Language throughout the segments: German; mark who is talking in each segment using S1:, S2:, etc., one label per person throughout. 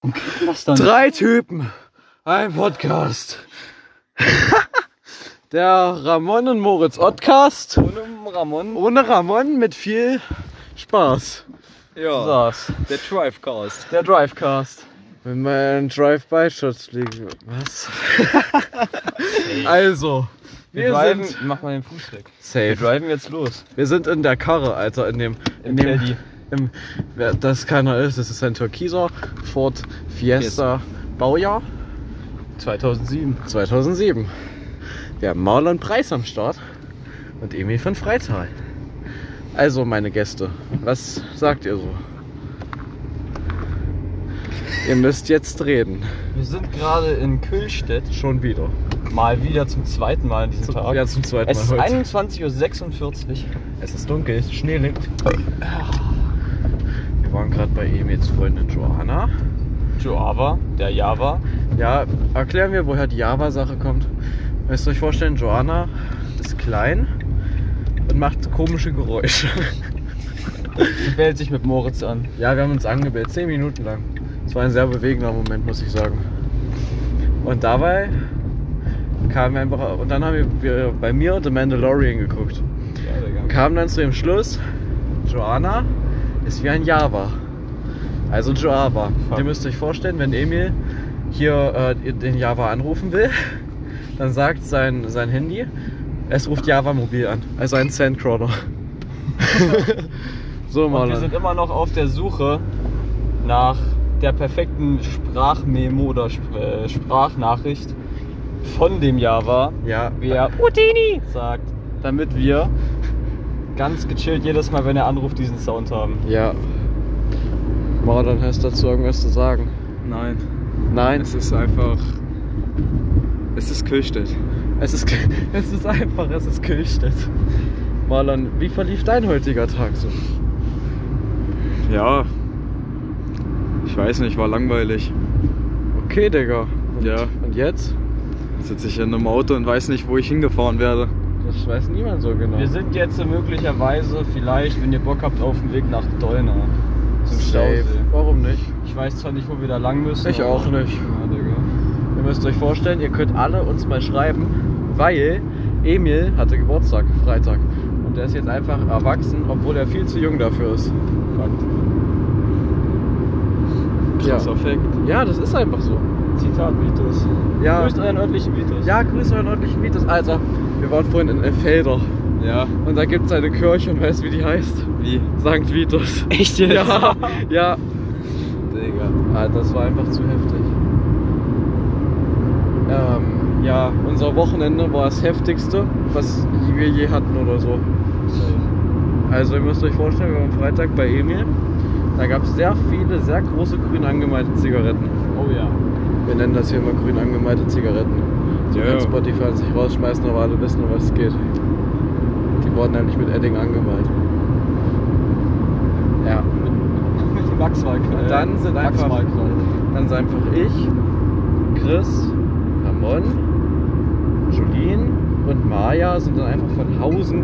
S1: Warum geht denn das dann?
S2: Drei Typen, ein Podcast. Der Ramon und Moritz Ottcast.
S1: Ohne um Ramon.
S2: Ohne Ramon mit viel Spaß.
S1: Ja,
S2: Saß.
S1: der Drivecast.
S2: Der Drivecast. Wenn mein Drive-By-Shots liegen. Was? also, wir, sind
S1: mach mal den Fuß weg. Wir
S2: safe.
S1: driven jetzt los.
S2: Wir sind in der Karre, Alter, in dem. In dem
S1: Caddy.
S2: im, wer das keiner ist, das ist ein türkiser Ford Fiesta Baujahr
S1: 2007.
S2: 2007. Wir haben Marlon Preis am Start und Emil von Freital. Also, meine Gäste, was sagt ihr so? Ihr müsst jetzt reden.
S1: Wir sind gerade in Kühlstedt.
S2: Schon wieder.
S1: Mal wieder zum zweiten Mal an diesem Tag.
S2: Ja, zum zweiten
S1: es ist
S2: Mal heute.
S1: 21.46 Uhr.
S2: Es ist dunkel, es Schnee liegt. Wir waren gerade bei Emils Freundin Johanna.
S1: Joava, der Java.
S2: Ja, erklären wir, woher die Java-Sache kommt. Müsst ihr euch vorstellen, Joanna ist klein und macht komische Geräusche.
S1: Sie bellt sich mit Moritz an.
S2: Ja, wir haben uns angebellt, zehn Minuten lang. Es war ein sehr bewegender Moment, muss ich sagen. Und dabei kamen wir einfach, und dann haben wir- wir bei mir The Mandalorian
S1: Ja,
S2: geguckt. Und kamen dann zu dem Schluss, Joanna ist wie ein Java. Also Joava.
S1: Fuck.
S2: Ihr müsst euch vorstellen, wenn Emil hier äh, den Java anrufen will, dann sagt sein, sein Handy, es ruft Java Mobil an. Also ein Sandcrawler. so,
S1: Und wir
S2: Marlon.
S1: sind immer noch auf der Suche nach der perfekten Sprachmemo oder Sp äh, Sprachnachricht von dem Java,
S2: Ja,
S1: wie er Utini sagt, damit wir ganz gechillt jedes Mal, wenn er anruft, diesen Sound haben.
S2: ja. Marlon, hast du dazu irgendwas zu sagen?
S3: Nein,
S2: Nein,
S3: es ist einfach. Es ist Kühlstedt.
S2: es ist, es ist einfach, es ist Kühlstedt. Marlon, wie verlief dein heutiger Tag so?
S3: Ja. Ich weiß nicht, war langweilig.
S2: Okay, Digga. Und,
S3: Ja.
S2: Und jetzt?
S3: Sitze ich hier in einem Auto und weiß nicht, wo ich hingefahren werde.
S2: Das weiß niemand so genau.
S1: Wir sind jetzt möglicherweise vielleicht, wenn ihr Bock habt, auf dem Weg nach Dolna zum Stausee.
S2: Safe. Warum nicht?
S1: Ich weiß zwar nicht, wo wir da lang müssen.
S2: Ich
S1: aber-
S2: auch nicht.
S1: Ja, Digga.
S2: Ihr müsst euch vorstellen, ihr könnt alle uns mal schreiben, weil Emil hatte Geburtstag, Freitag. Und der ist jetzt einfach erwachsen, obwohl er viel zu jung dafür ist.
S1: Fakt.
S3: Krasser
S2: ja.
S3: Fakt.
S2: ja, das ist einfach so.
S1: Zitat Vitus.
S2: Ja.
S1: Grüßt euren örtlichen Vitus.
S2: Ja, grüße euren örtlichen Vitus. Also, wir waren vorhin in Elfelder
S3: Ja,
S2: und da gibt es eine Kirche und weißt du, wie die heißt?
S3: wie?
S2: St. Vitus.
S1: Echt jetzt?
S2: Ja, ja.
S3: Digga.
S2: Ah, das war einfach zu heftig. Ähm, ja, unser Wochenende war das heftigste, was wir je hatten oder so. Also ihr müsst euch vorstellen, wir waren am Freitag bei Emil. Da gab es sehr viele, sehr große grün angemalte Zigaretten.
S1: Oh ja.
S2: Wir nennen das hier immer grün angemalte Zigaretten. Die
S3: Ja,
S2: können
S3: ja.
S2: Spotify an sich rausschmeißen, aber alle wissen, um was es geht. Die wurden nämlich mit Edding angemalt. Ja.
S1: Mit dem Wachsmalkreis.
S2: Und dann sind einfach-
S1: Wachsmalkreis.
S2: Dann sind einfach ich, Chris, Ramon, Jolien und Maya sind dann einfach von Hausen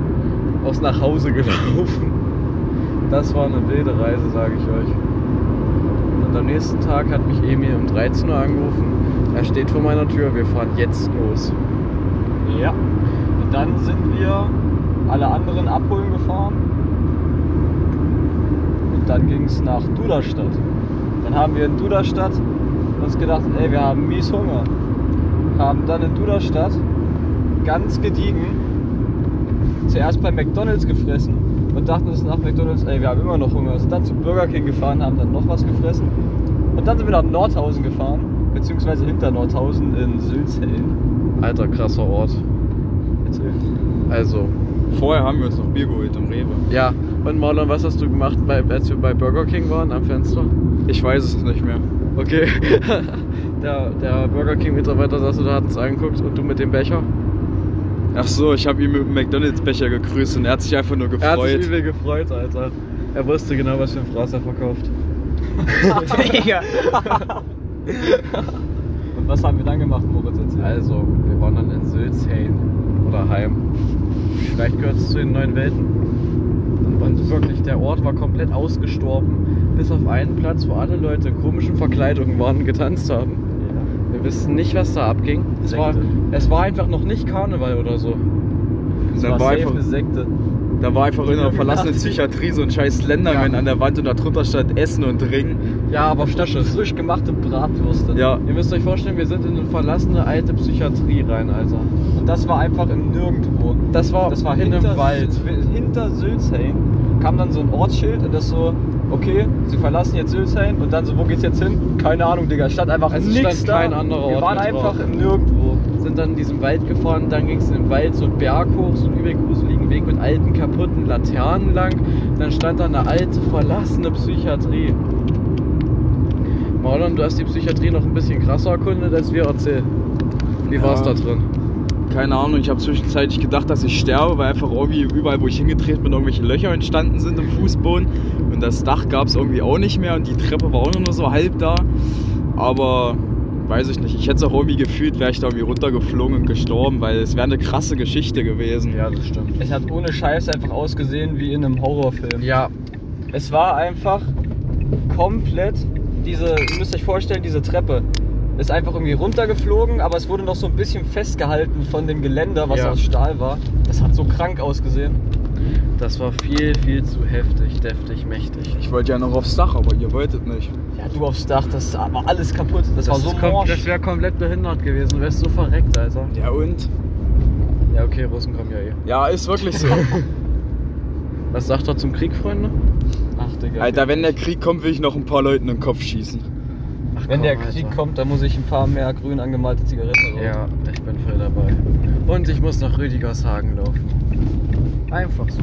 S2: aus nach Hause gelaufen. Das war eine wilde Reise, sage ich euch. Und am nächsten Tag hat mich Emil um 13 Uhr angerufen. Er steht vor meiner Tür, wir fahren jetzt los.
S1: Ja. Und dann sind wir alle anderen abholen gefahren. Und dann ging es nach Duderstadt. Dann haben wir in Duderstadt uns gedacht, ey, wir haben mies Hunger. Haben dann in Duderstadt ganz gediegen zuerst bei McDonalds gefressen und dachten uns nach McDonalds, ey, wir haben immer noch Hunger. Sind dann zu Burger King gefahren, haben dann noch was gefressen. Und dann sind wir nach Nordhausen gefahren, beziehungsweise hinter Nordhausen in Sülzhellen.
S2: Alter, krasser Ort.
S1: Erzähl.
S2: Also,
S3: Vorher haben wir uns noch Bier geholt im Rewe.
S2: ja. Und Marlon, was hast du gemacht, bei, als wir bei Burger King waren am Fenster?
S3: Ich weiß es nicht mehr.
S2: Okay. der, der Burger King-Mitarbeiter saß und hat uns angeguckt und du mit dem Becher.
S3: Ach so, ich habe ihn mit dem McDonalds-Becher gegrüßt und er hat sich einfach nur
S2: Er hat sich
S3: gefreut.
S2: übel gefreut, Alter. Er wusste genau, was für ein Fraß er verkauft.
S1: Und was haben wir dann gemacht, Moritz? Erzähl.
S2: Also, wir waren dann in Sülzhain oder Heim. Vielleicht gehört es zu den neuen Welten. Und Und wirklich, der Ort war komplett ausgestorben. Bis auf einen Platz, wo alle Leute in komischen Verkleidungen waren und getanzt haben.
S1: Ja.
S2: Wir wissen nicht, was da abging. Es war,
S1: Sekte.
S2: es war einfach noch nicht Karneval oder so.
S1: Das
S3: Da
S1: war
S3: war
S1: safe
S3: einfach-
S1: eine Sekte.
S3: Da war einfach in einer verlassenen Psychiatrie so ein scheiß Slenderman
S2: Ja.
S3: an der Wand und darunter stand Essen und Trinken.
S2: Ja, aber Stasche.
S1: Frisch gemachte Bratwürste.
S3: Ja.
S2: Ihr müsst euch vorstellen, wir sind in eine verlassene alte Psychiatrie rein, Alter.
S1: Und das war einfach im Nirgendwo.
S2: Das war,
S1: Das war
S2: in
S1: hinter,
S2: einem Wald.
S1: Hinter Sülzheim kam dann so ein Ortsschild und das so, okay, sie verlassen jetzt Sülzheim und dann so, wo geht's jetzt hin? Keine Ahnung, Digga. Stand einfach
S2: Also
S1: nichts
S2: stand
S1: da.
S2: kein anderer
S1: Wir
S2: Ort
S1: waren
S2: mit
S1: einfach
S2: drauf.
S1: im Nirgendwo.
S2: Sind dann in diesem Wald gefahren, dann ging es im Wald so einen Berg hoch, so einen übel gruseligen Weg mit alten kaputten Laternen lang. Dann stand da eine alte, verlassene Psychiatrie. Marlon, du hast die Psychiatrie noch ein bisschen krasser erkundet, als wir erzählen. Wie
S3: Ja.
S2: war's da drin?
S3: Keine Ahnung, ich habe zwischenzeitlich gedacht, dass ich sterbe, weil einfach irgendwie überall, wo ich hingetreten bin, irgendwelche Löcher entstanden sind im Fußboden. Und das Dach gab es irgendwie auch nicht mehr und die Treppe war auch nur so halb da. Aber weiß ich nicht, ich hätte es auch irgendwie gefühlt, wäre ich da irgendwie runtergeflogen und gestorben, weil es wäre eine krasse Geschichte gewesen.
S2: das stimmt.
S1: Es hat ohne Scheiß einfach ausgesehen wie in einem Horrorfilm.
S2: Ja,
S1: Es war einfach komplett diese, ihr müsst euch vorstellen, diese Treppe ist einfach irgendwie runtergeflogen, aber es wurde noch so ein bisschen festgehalten von dem Geländer, was
S2: Ja.
S1: aus Stahl war. Das hat so krank ausgesehen.
S2: das war viel, viel zu heftig, deftig, mächtig.
S3: Ich wollte ja noch aufs Dach, aber ihr wolltet nicht.
S1: Ja, du aufs Dach, das war alles kaputt. Das, war so
S2: ist kom-
S1: morsch.
S2: Das wäre komplett behindert gewesen, du wärst so verreckt, Alter.
S3: Ja und?
S2: Ja, okay, Russen kommen ja eh.
S3: Ja, ist wirklich so.
S2: Was sagt er zum Krieg, Freunde?
S1: Ach, Digga.
S3: Alter, wenn der Krieg kommt, will ich noch ein paar Leuten in den Kopf schießen.
S2: Ach,
S1: Wenn
S2: komm,
S1: der Krieg
S2: Alter.
S1: kommt, dann muss ich ein paar mehr grün angemalte Zigaretten rauchen.
S2: Ja, ich bin voll dabei. Und ich muss nach Rüdigershagen laufen. Einfach so.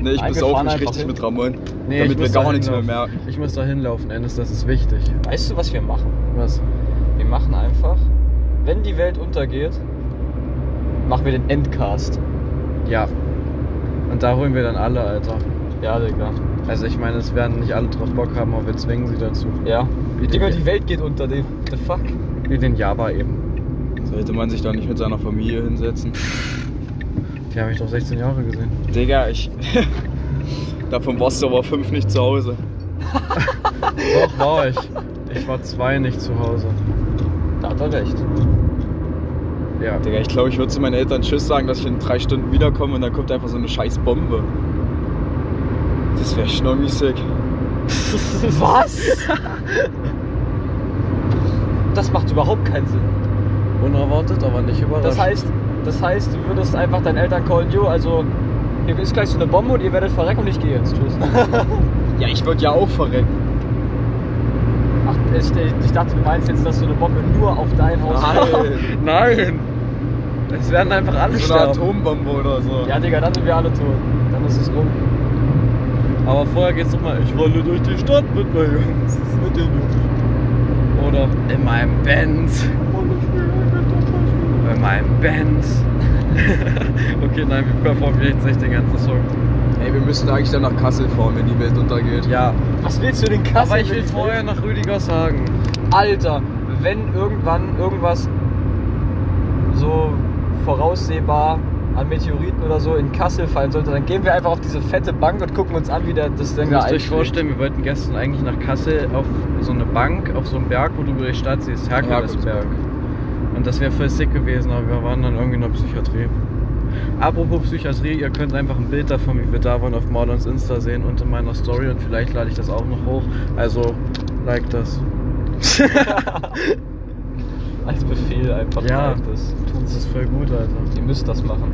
S3: Ne, ich
S1: Nein, wir
S3: besaufe
S1: fahren
S3: mich
S1: einfach
S3: richtig
S1: hin.
S3: mit Ramon,
S2: Nee, ich
S3: damit wir
S2: muss
S3: gar
S2: dahin
S3: nichts mehr
S2: laufen.
S3: merken.
S2: Ich muss da hinlaufen, Ennis, das ist wichtig.
S1: Weißt du, was wir machen?
S2: Was?
S1: Wir machen einfach, wenn die Welt untergeht, machen wir den Endcast.
S2: Ja. Und da holen wir dann alle, Alter.
S1: Ja, Digga.
S2: Also ich meine, es werden nicht alle drauf Bock haben, aber wir zwingen sie dazu.
S1: Ja.
S2: Wie
S1: Digga,
S2: den-
S1: die Welt geht unter, the, the fuck?
S2: Wie den Java eben.
S3: Sollte man sich da nicht mit seiner Familie hinsetzen?
S2: Die habe ich doch 16 Jahre gesehen.
S3: Digga, ich. Davon warst du aber fünf nicht zu Hause.
S2: Doch, war ich. Ich war zwei nicht zu Hause.
S1: Da hat er recht.
S2: Ja.
S3: Digga, ich glaube, ich würde zu meinen Eltern Tschüss sagen, dass ich in drei Stunden wiederkomme und dann kommt einfach so eine scheiß Bombe. Das wäre schon irgendwie sick.
S1: Was? Das macht überhaupt keinen Sinn.
S2: Unerwartet, aber nicht überrascht.
S1: Das heißt, das heißt, du würdest einfach deinen Eltern callen, yo, also hier ist gleich so eine Bombe und ihr werdet verrecken und ich gehe jetzt. Tschüss.
S3: Ja, ich würde ja auch verrecken.
S1: Ach, ich, ich dachte, du meinst jetzt, dass so eine Bombe nur auf dein Haus
S3: Nein!
S2: Nein! Es werden einfach alle
S3: so eine
S2: sterben.
S3: Atombombe oder so.
S1: Ja, Digga, dann sind wir alle tot. Dann ist es rum.
S2: Aber vorher geht's doch mal, ich rolle durch die Stadt mit meinen Jungs. Mit den Jungs. Oder in meinem Benz. In meinem Benz. okay, nein, wir performen jetzt nicht den ganzen Song.
S3: Ey, wir müssen eigentlich dann nach Kassel fahren, wenn die Welt untergeht.
S2: Ja.
S1: Was willst du den Kassel?
S2: Aber ich will vorher nach Rüdigershagen.
S1: Alter, wenn irgendwann irgendwas so voraussehbar an Meteoriten oder so in Kassel fallen sollte, dann gehen wir einfach auf diese fette Bank und gucken uns an, wie der, das
S2: Ihr
S1: denn da
S2: müsst euch
S1: einschlägt.
S2: vorstellen, wir wollten gestern eigentlich nach Kassel auf so eine Bank, auf so einen Berg, wo du über die Stadt siehst, Herkulesberg. Und das wäre voll sick gewesen, aber wir waren dann irgendwie in der Psychiatrie. Apropos Psychiatrie, ihr könnt einfach ein Bild davon, wie wir da waren, auf Marlons Insta sehen und in meiner Story und vielleicht lade ich das auch noch hoch. Also, like das.
S1: Als Befehl einfach.
S2: Ja.
S1: greift es.
S2: Das ist voll gut, Alter.
S1: Ihr müsst das machen.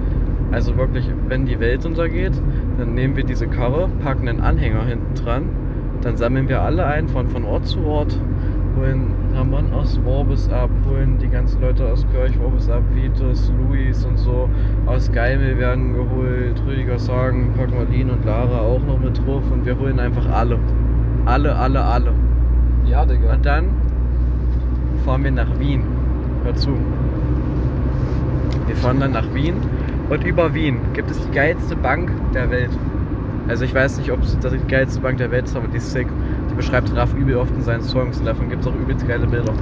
S2: Also wirklich, wenn die Welt untergeht, dann nehmen wir diese Karre, packen einen Anhänger hinten dran, dann sammeln wir alle ein von, von Ort zu Ort, holen Ramon aus Worbis ab, holen die ganzen Leute aus Kirch Worbis ab, Vitus, Luis und so, aus Geimel werden geholt, Rüdiger Sagen, packen Marlene und Lara auch noch mit drauf und wir holen einfach alle. Alle, alle, alle.
S1: Ja, Digga.
S2: Und dann fahren wir nach Wien. Hör zu. Wir fahren dann nach Wien und über Wien gibt es die geilste Bank der Welt. Also ich weiß nicht, ob es die geilste Bank der Welt ist, aber die ist sick. Die beschreibt Raff übel oft in seinen Songs und davon gibt es auch übelst geile Bilder.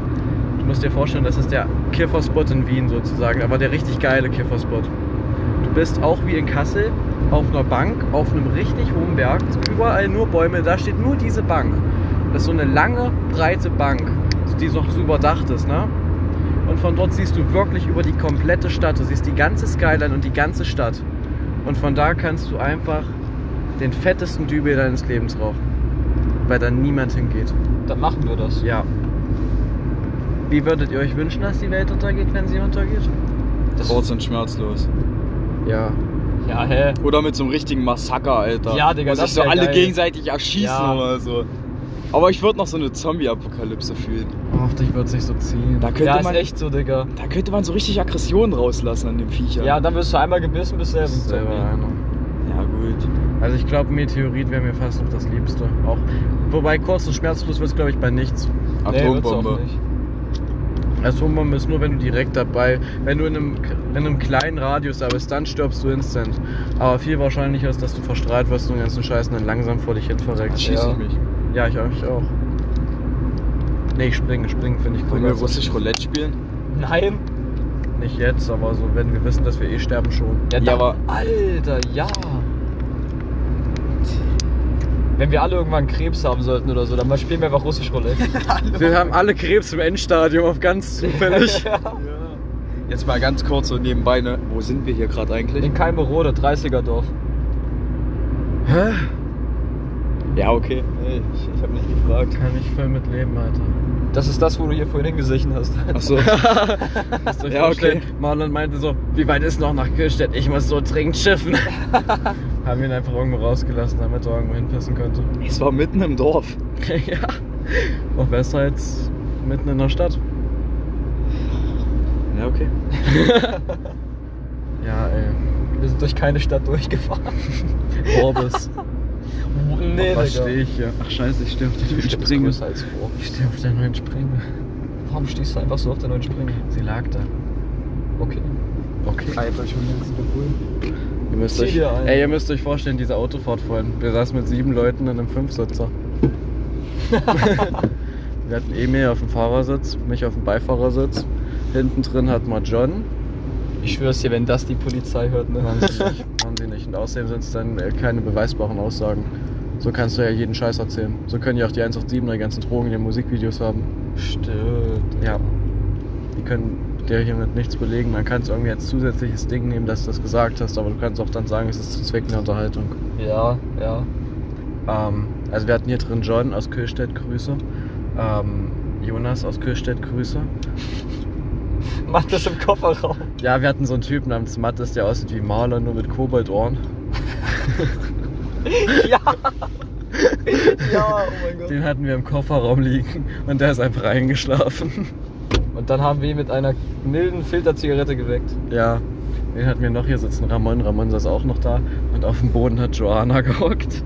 S2: Du musst dir vorstellen, das ist der Kifferspot in Wien sozusagen, aber der richtig geile Kifferspot. Du bist auch wie in Kassel auf einer Bank, auf einem richtig hohen Berg, überall nur Bäume, da steht nur diese Bank. Das ist so eine lange, breite Bank, die noch so überdacht ist, ne? Und von dort siehst du wirklich über die komplette Stadt. Du siehst die ganze Skyline und die ganze Stadt. Und von da kannst du einfach den fettesten Dübel deines Lebens rauchen. Weil da niemand hingeht.
S1: Dann machen wir das.
S2: Ja. Wie würdet ihr euch wünschen, dass die Welt untergeht, wenn sie untergeht?
S3: Kurz und schmerzlos.
S2: Ja.
S1: Ja, hä?
S3: Oder mit so einem richtigen Massaker, Alter.
S1: Ja, Digga,
S3: Wo
S1: das
S3: sich so
S1: wär
S3: alle
S1: geil.
S3: gegenseitig erschießen
S1: Ja.
S3: oder so. Aber ich würde noch so eine Zombie-Apokalypse fühlen.
S2: Hoffentlich wird es nicht so ziehen.
S3: Da könnte,
S1: ja, ist
S3: man,
S1: echt so, Digga.
S3: da könnte man so richtig Aggressionen rauslassen an dem Viecher.
S1: Ja, dann wirst du einmal gebissen, bis selber.
S2: Selber einer.
S3: ja gut.
S2: Also ich glaube, Meteorit wäre mir fast noch das Liebste. Auch. Wobei kurz und schmerzlos wird es, glaube ich, bei nichts.
S1: Nee, wird's auch
S3: Atombombe.
S1: nicht.
S2: Atombombe ist Also nur, wenn du direkt dabei, wenn du in einem, in einem kleinen Radius da bist, dann stirbst du instant. Aber viel wahrscheinlicher ist, dass du verstrahlt wirst und den ganzen Scheiß und dann langsam vor dich hin
S3: Dann
S2: verreckst.
S3: schieß
S1: Ja.
S3: ich mich.
S2: Ja, ich auch. Ich auch. Nee, ich springe, springen finde ich cool.
S3: Wollen wir russisch Roulette spielen?
S1: Nein.
S2: Nicht jetzt, aber so, wenn wir wissen, dass wir eh sterben schon.
S3: Ja,
S1: dann-
S3: aber-
S1: Alter, ja. Wenn wir alle irgendwann Krebs haben sollten oder so, dann mal spielen wir einfach russisch Roulette.
S2: Wir haben alle Krebs im Endstadium auf ganz zufällig.
S3: Jetzt mal ganz kurz so nebenbei, ne? Wo sind wir hier gerade eigentlich?
S1: In Keimerode, 30er Dorf.
S2: Hä?
S3: Ja, okay. Ey, ich, ich habe nicht gefragt.
S2: Kann ich voll mit leben, Alter.
S1: Das ist das, wo du hier vorhin hingesichen hast.
S3: Achso.
S2: Müsst ihr euch
S3: Ja,
S2: vorstellen,
S3: okay.
S2: Marlon meinte so, wie weit ist noch nach Kirchstedt? Ich muss so dringend schiffen. haben ihn einfach irgendwo rausgelassen, damit er irgendwo hinpissen könnte.
S3: es war mitten im Dorf.
S2: ja. Noch besser als mitten in der Stadt.
S3: Ja, okay.
S2: Ja, ey.
S1: Wir sind durch keine Stadt durchgefahren.
S2: Orbis.
S1: Nee,
S2: Auf was
S1: Digga.
S2: stehe ich hier? Ach scheiße, ich stehe auf der neuen
S1: Ich bin
S2: Springe.
S1: größer als vor.
S2: Ich stehe auf der neuen Springe.
S1: Warum stehst du einfach so auf der neuen Springe?
S2: Sie lag da.
S1: Okay.
S2: Okay.
S1: Einfach schon längst überholen.
S2: Ihr müsst,
S1: Zieh
S2: euch,
S1: dir ein.
S2: ey, ihr müsst euch vorstellen, diese Autofahrt vorhin. Wir saßen mit sieben Leuten in einem Fünfsitzer. wir hatten Emil auf dem Fahrersitz, mich auf dem Beifahrersitz. Hinten drin hatten wir John.
S1: Ich schwör's dir, wenn das die Polizei hört, ne?
S2: Waren sie nicht. Waren sie nicht. Und außerdem sind es dann äh, keine beweisbaren Aussagen. So kannst du ja jeden Scheiß erzählen. So können ja auch die 187 die ganzen Drogen in den Musikvideos haben.
S1: Stimmt.
S2: Ja. Die können dir hiermit nichts belegen. Man kann es irgendwie als zusätzliches Ding nehmen, dass du das gesagt hast, aber du kannst auch dann sagen, es ist zu Zweck der Unterhaltung.
S1: Ja, ja.
S2: Ähm, also wir hatten hier drin John aus Kirchstedt, Grüße. Ähm, Jonas aus Kirchstedt, Grüße.
S1: Mach das im Kofferraum.
S2: Ja, wir hatten so einen Typ namens Mattes, der aussieht wie Marlon, nur mit Koboldohren.
S1: ja. ja, oh mein Gott.
S2: Den hatten wir im Kofferraum liegen und der ist einfach eingeschlafen.
S1: Und dann haben wir ihn mit einer milden Filterzigarette geweckt.
S2: Ja, den hatten wir noch hier sitzen. Ramon, Ramon saß auch noch da und auf dem Boden hat Joanna gehockt.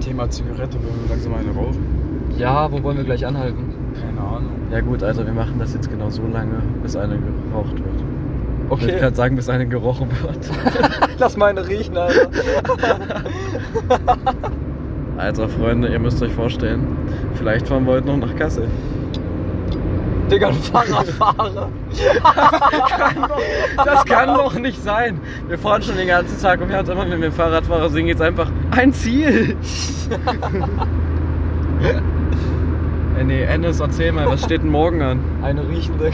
S3: Thema Zigarette, wollen wir langsam eine rauchen?
S1: Ja, wo wollen wir gleich anhalten?
S3: Keine Ahnung.
S2: Ja gut, also wir machen das jetzt genau so lange, bis eine geraucht wird. Ich würde
S1: Okay.
S2: gerade sagen, bis eine gerochen wird.
S1: Lass meine riechen, ne? Alter.
S2: Also Freunde, ihr müsst euch vorstellen, vielleicht fahren wir heute noch nach Kassel.
S1: Digga, ein Fahrradfahrer.
S2: Das kann doch nicht sein. Wir fahren schon den ganzen Tag umher und immer, wenn wir Fahrradfahrer sehen, geht's einfach ein Ziel. äh, nee, Ennis, erzähl mal, was steht denn morgen an?
S1: Eine riechende.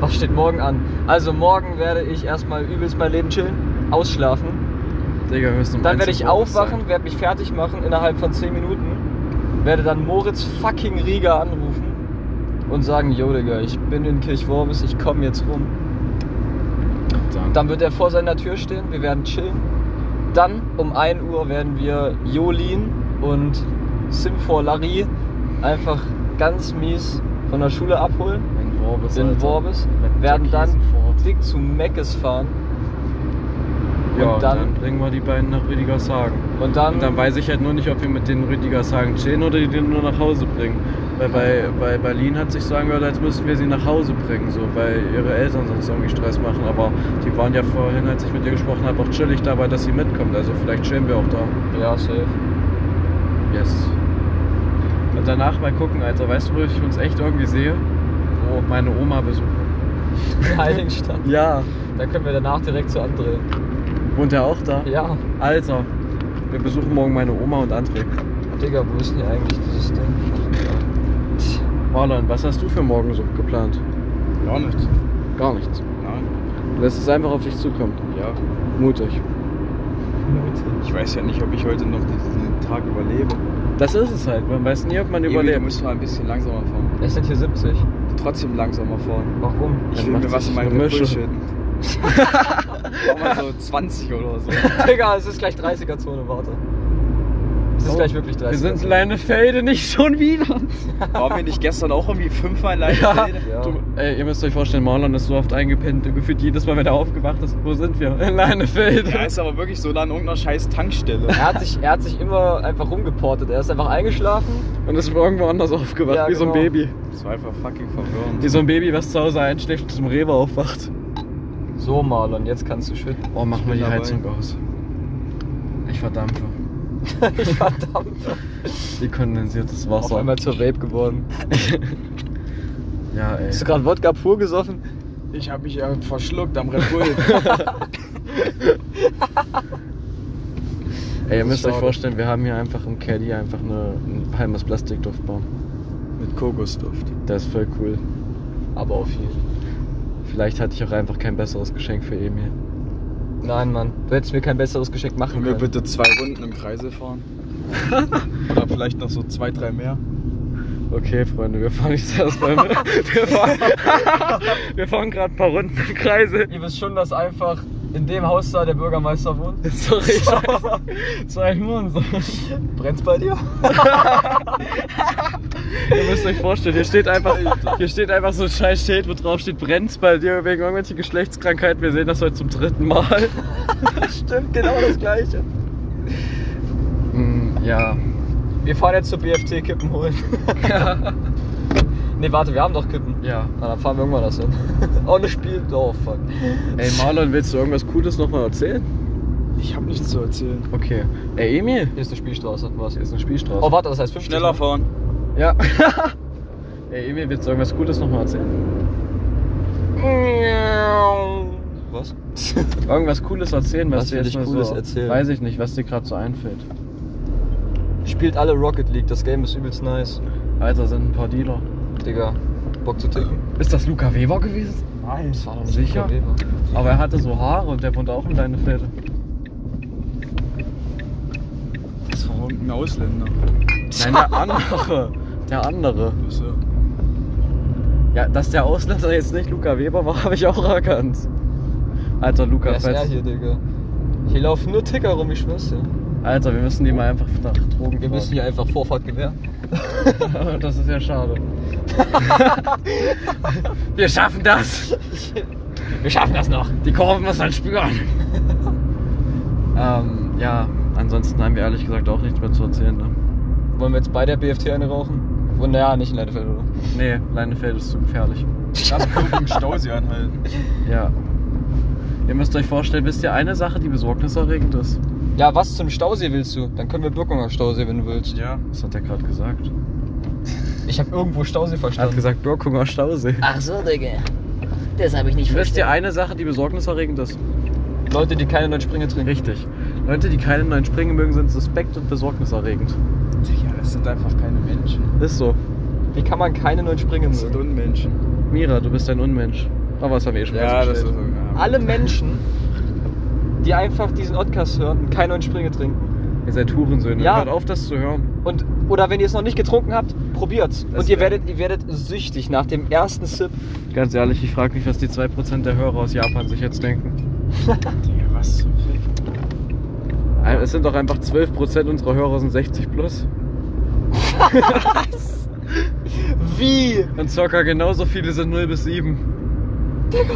S1: Was steht morgen an? Also morgen werde ich erstmal übelst mein Leben chillen, ausschlafen.
S2: Digga, wir müssen um
S1: Dann
S2: 1
S1: werde
S2: Uhr
S1: ich
S2: morgens sein.
S1: aufwachen, werde mich fertig machen innerhalb von 10 Minuten. Werde dann Moritz fucking Rieger anrufen und sagen, yo Digga, ich bin in Kirchwormes, ich komme jetzt rum.
S3: Dann.
S1: Dann wird er vor seiner Tür stehen, wir werden chillen. Dann um 1 Uhr werden wir Jolin und Sim for Larry einfach ganz mies von der Schule abholen.
S2: In Worbis.
S1: in
S2: Alter.
S1: Worbis,
S2: Mit
S1: werden
S2: Dick
S1: dann
S2: Hiesenfort.
S1: dick zu Meckes fahren
S2: Ja,
S1: und
S2: und
S1: dann-
S2: dann, bringen wir die beiden nach Rüdigershagen.
S1: und dann,
S2: Und dann weiß ich halt nur nicht, ob wir mit den Rüdigershagen chillen oder die den nur nach Hause bringen. Weil bei, bei Berlin hat sich sagen gehört, als müssten wir sie nach Hause bringen, so, weil ihre Eltern sonst irgendwie Stress machen. Aber die waren ja vorhin, als ich mit ihr gesprochen habe, auch chillig dabei, dass sie mitkommt. Also vielleicht chillen wir auch da.
S1: ja safe.
S2: Yes. Und danach mal gucken, Alter. Weißt du, wo ich uns echt irgendwie sehe? Oh, meine Oma besuchen.
S1: In Heiligenstadt.
S2: Ja.
S1: Da können wir danach direkt zu André.
S2: Wohnt er auch da?
S1: Ja,
S2: Alter, wir besuchen morgen meine Oma und André.
S1: Digga, wo ist denn hier eigentlich dieses Ding?
S2: Marlon, was hast du für morgen so geplant?
S3: Gar nicht.
S2: Gar nichts.
S3: Nein.
S2: Lass es einfach auf dich zukommen.
S3: Ja.
S2: Mutig.
S3: Ich weiß ja nicht, ob ich heute noch diesen Tag überlebe.
S2: Das ist es halt. Man weiß nie, ob man
S3: Emil, du
S2: überlebt.
S3: musst mal ein bisschen langsamer fahren.
S1: Es sind hier 70.
S3: Trotzdem langsamer fahren.
S1: Warum?
S3: Ich
S2: Dann
S3: will mir
S2: macht
S3: was
S2: sich
S3: in meinen
S2: eine
S3: Red Bull
S2: Mische.
S3: schütten. Mach mal so 20 oder so.
S1: Digga, es ist gleich 30er-Zone, warte. Es ist
S2: Oh,
S1: gleich wirklich 30er.
S2: Wir sind kleine Felde, nicht schon wieder.
S3: Waren wir nicht gestern auch irgendwie fünfmal in Leichtathletik?
S1: Ja.
S2: Du, ey, ihr müsst euch vorstellen, Marlon ist so oft eingepennt. Gefühlt jedes Mal, wenn er aufgewacht ist, wo sind wir? In Leinefelde.
S3: Ja, ist aber wirklich so da an irgendeiner scheiß Tankstelle.
S1: er, hat sich, er hat sich immer einfach rumgeportet. Er ist einfach eingeschlafen.
S2: Und ist irgendwo anders aufgewacht,
S1: Ja,
S2: wie so ein
S1: genau.
S2: Baby.
S3: Das war einfach fucking
S2: Wie
S3: verwirrend.
S2: so ein Baby, was zu Hause einschläft und zum Rewe aufwacht.
S1: So, Marlon, jetzt kannst du schütten.
S2: Oh, mach mal
S3: bin
S2: die
S3: dabei.
S2: Heizung aus. Ich verdampfe.
S1: Verdammt.
S2: Wie kondensiertes
S1: Auf
S2: Wasser.
S1: einmal zur Vape geworden.
S2: Ja, ey.
S1: Hast du gerade Wodka pur gesoffen?
S3: Ich hab mich ja verschluckt am Red Bull.
S1: Das
S2: Ey, ihr
S1: ist
S2: müsst euch
S1: schade.
S2: vorstellen, wir haben hier einfach im Caddy einfach eine, ein palmes Plastikduftbaum.
S3: Mit Kokosduft.
S2: Der ist voll cool.
S1: Aber auf jeden
S2: Vielleicht hatte ich auch einfach kein besseres Geschenk für Emil.
S1: Nein, Mann. Du hättest mir kein besseres Geschenk machen
S3: Können wir
S1: können.
S3: bitte zwei Runden im Kreisel fahren? Oder vielleicht noch so zwei, drei mehr?
S2: Okay, Freunde, wir fahren jetzt erstmal mit. Wir fahren, wir fahren gerade ein paar Runden im Kreise.
S1: Ihr wisst schon, dass einfach in dem Haus da der Bürgermeister wohnt.
S2: Sorry, scheiße. Zwei Hurensohn.
S1: Brennt's bei dir?
S2: Ihr müsst euch vorstellen, hier steht einfach, hier steht einfach so ein scheiß Schild, wo drauf steht, brennt's bei dir wegen irgendwelcher Geschlechtskrankheiten. Wir sehen das heute zum dritten Mal.
S1: Stimmt, genau das gleiche.
S2: Hm, ja.
S1: Wir fahren jetzt zur BFT Kippen holen. Ne, warte, wir haben doch Kippen.
S2: Ja.
S1: Na, dann fahren wir irgendwann das hin. Ohne Spiel. Oh, fuck.
S2: Ey, Marlon, willst du irgendwas Cooles nochmal erzählen?
S3: Ich hab nichts zu erzählen.
S2: Okay. Ey, Emil.
S1: Hier ist eine Spielstraße. Was?
S2: Hier ist eine Spielstraße.
S1: Oh, warte, das heißt 50.
S3: Schneller fahren.
S2: Ja. Ey, Emil, willst du irgendwas Gutes nochmal erzählen?
S1: Was?
S2: Irgendwas Cooles erzählen, was,
S1: Was
S2: dir
S1: will
S2: jetzt
S1: ich
S2: mal
S1: Cooles
S2: so,
S1: erzählen?
S2: Weiß ich nicht, was dir gerade so einfällt.
S1: Spielt alle Rocket League. Das Game ist übelst nice.
S2: Alter, sind ein paar Dealer.
S1: Digga, Bock zu ticken?
S2: Ist das Luca Weber gewesen?
S3: Nein.
S1: Das war doch
S2: Sicher?
S1: ein Problem.
S2: Aber er hatte so Haare und der wohnt auch in Leinefelde.
S3: Das war irgendein Ausländer.
S2: Nein, der andere. Der andere.
S3: Achso.
S2: Ja, dass der Ausländer jetzt nicht Luca Weber war, habe ich auch erkannt. Alter, Luca,
S1: Wer ist er
S2: falls,
S1: hier, Digga? Hier laufen nur Ticker rum, ich schwör's dir.
S2: Alter, wir müssen die mal einfach nach Drogen
S1: Wir müssen
S2: fragen.
S1: hier einfach Vorfahrt gewähren.
S2: Das ist ja schade. wir schaffen das!
S1: Wir schaffen das noch.
S2: Die Kurve muss man spüren! ähm, ja, ansonsten haben wir ehrlich gesagt auch nichts mehr zu erzählen, ne?
S1: Wollen wir jetzt bei der BFT eine rauchen? Und naja, nicht in Leidefeld, oder?
S2: Nee, Leinefeld ist zu gefährlich.
S3: Lass kurz im Stausee anhalten.
S2: Ja. Ihr müsst euch vorstellen, wisst ihr eine Sache, die besorgniserregend ist?
S1: Ja, was zum Stausee willst du? Dann können wir Birkunger Stausee, wenn du willst.
S3: Ja.
S2: Was hat der gerade gesagt?
S1: Ich habe irgendwo Stausee
S2: Er hat
S1: verstanden.
S2: gesagt, Birkunger Stausee.
S4: Ach so, Digga. Das habe ich nicht
S2: Wisst ihr
S4: verstanden.
S2: eine Sache, die besorgniserregend ist?
S1: Leute, die keine neuen Sprünge trinken.
S2: Richtig. Leute, die keine neuen Springen mögen, sind suspekt und besorgniserregend.
S3: Digga, das sind einfach keine Menschen.
S2: Ist so.
S1: Wie kann man keine neuen Sprünge
S3: Das sind
S1: mögen?
S3: Unmenschen.
S2: Mira, du bist ein Unmensch. Aber das haben wir eh schon festgestellt.
S1: Alle Menschen, die einfach diesen Podcast hören und keine neuen Sprünge trinken.
S2: Ihr seid Hurensöhne.
S1: Ja.
S2: Hört auf, das zu hören.
S1: Und, oder wenn ihr es noch nicht getrunken habt, probiert's. und ihr
S3: wär-
S1: werdet, ihr werdet süchtig nach dem ersten Sip.
S2: Ganz ehrlich, ich frage mich, was die 2% der Hörer aus Japan sich jetzt denken.
S3: Digga, was zum Fick?
S2: Ein- Äh, Es sind doch einfach 12% unserer Hörer sind 60 plus.
S1: Wie?
S2: Und circa genauso viele sind 0 bis 7. Digga.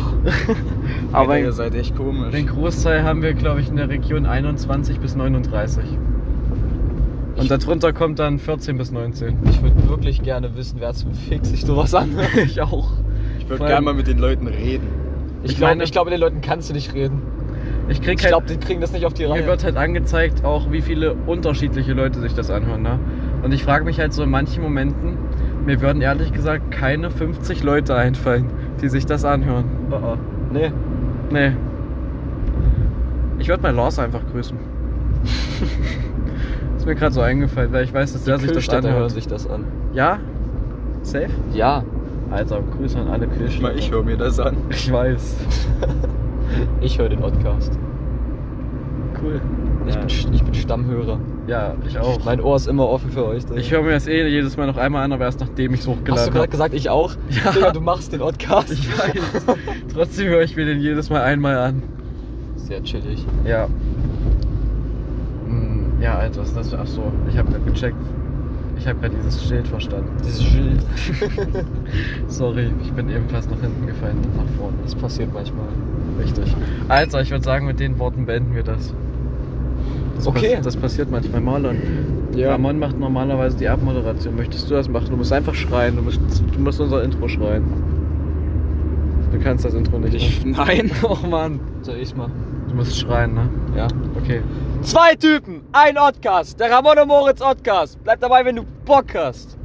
S2: Aber
S3: Alter, ihr
S2: den,
S3: seid echt komisch.
S2: den Großteil haben wir, glaube ich, in der Region 21 bis 39. Und darunter kommt dann 14 bis 19.
S1: Ich würde wirklich gerne wissen, wer zum Fick sich sowas anhört.
S2: ich auch.
S3: ich
S2: vor
S3: würde
S2: allem-
S3: gerne mal mit den Leuten reden.
S1: Ich
S2: Ich
S1: glaube,
S2: meine-
S1: ich glaube, den Leuten kannst du nicht reden.
S2: Ich krieg
S1: Ich
S2: halt,
S1: glaube, die kriegen das nicht auf die
S2: mir
S1: Reihe.
S2: wird halt angezeigt, auch wie viele unterschiedliche Leute sich das anhören, ne? Und ich frage mich halt so in manchen Momenten, mir würden
S1: Oh.
S2: ehrlich gesagt keine 50 Leute einfallen, die sich das anhören.
S1: Nee.
S2: Nee. Ich würde mal Lars einfach grüßen. ist mir gerade so eingefallen, weil ich weiß, dass der sich das
S1: Kühlstädter hören
S2: anhört.
S1: sich das an.
S2: Ja? Safe?
S1: Ja,
S2: Also, Grüße an alle Kühlschränke.
S3: Mal, ich höre mir das an.
S2: Ich weiß.
S1: ich höre den Podcast.
S2: Cool.
S1: Ich,
S2: ja.
S1: bin, St- ich bin Stammhörer.
S2: ja, ich auch.
S1: Mein Ohr ist immer offen für euch. Digga.
S2: ich höre mir das eh jedes Mal noch einmal an, aber erst nachdem ich es
S1: Hast du
S2: hochgeladen
S1: gerade
S2: habe.
S1: gesagt, ich auch?
S2: Ja.
S1: Digga, du machst den Podcast.
S2: Ich weiß. Trotzdem höre ich mir den jedes Mal einmal an.
S1: Sehr chillig.
S2: Ja. Hm, Ja, Alter, was ist das für. Achso, ich habe gerade gecheckt. Ich habe gerade dieses Schild verstanden.
S1: Dieses Schild.
S2: Sorry, ich bin eben fast nach hinten gefallen und nach vorne.
S1: Das passiert manchmal.
S2: Richtig. Also, ich würde sagen, mit den Worten beenden wir das. das
S1: Okay.
S2: Pass das passiert manchmal. Marlon.
S3: Ja.
S2: Ramon macht normalerweise die Abmoderation. Möchtest du das machen? Du musst einfach schreien. Du musst, du musst unser Intro schreien. Du kannst das Intro nicht.
S3: Ich,
S2: Ne?
S3: nein.
S2: Och Mann.
S1: Soll ich mal?
S2: Du musst schreien, ne?
S1: Ja.
S2: Okay.
S1: Zwei Typen, ein Podcast. Der Ramon und Moritz Podcast. Bleib dabei, wenn du Bock hast.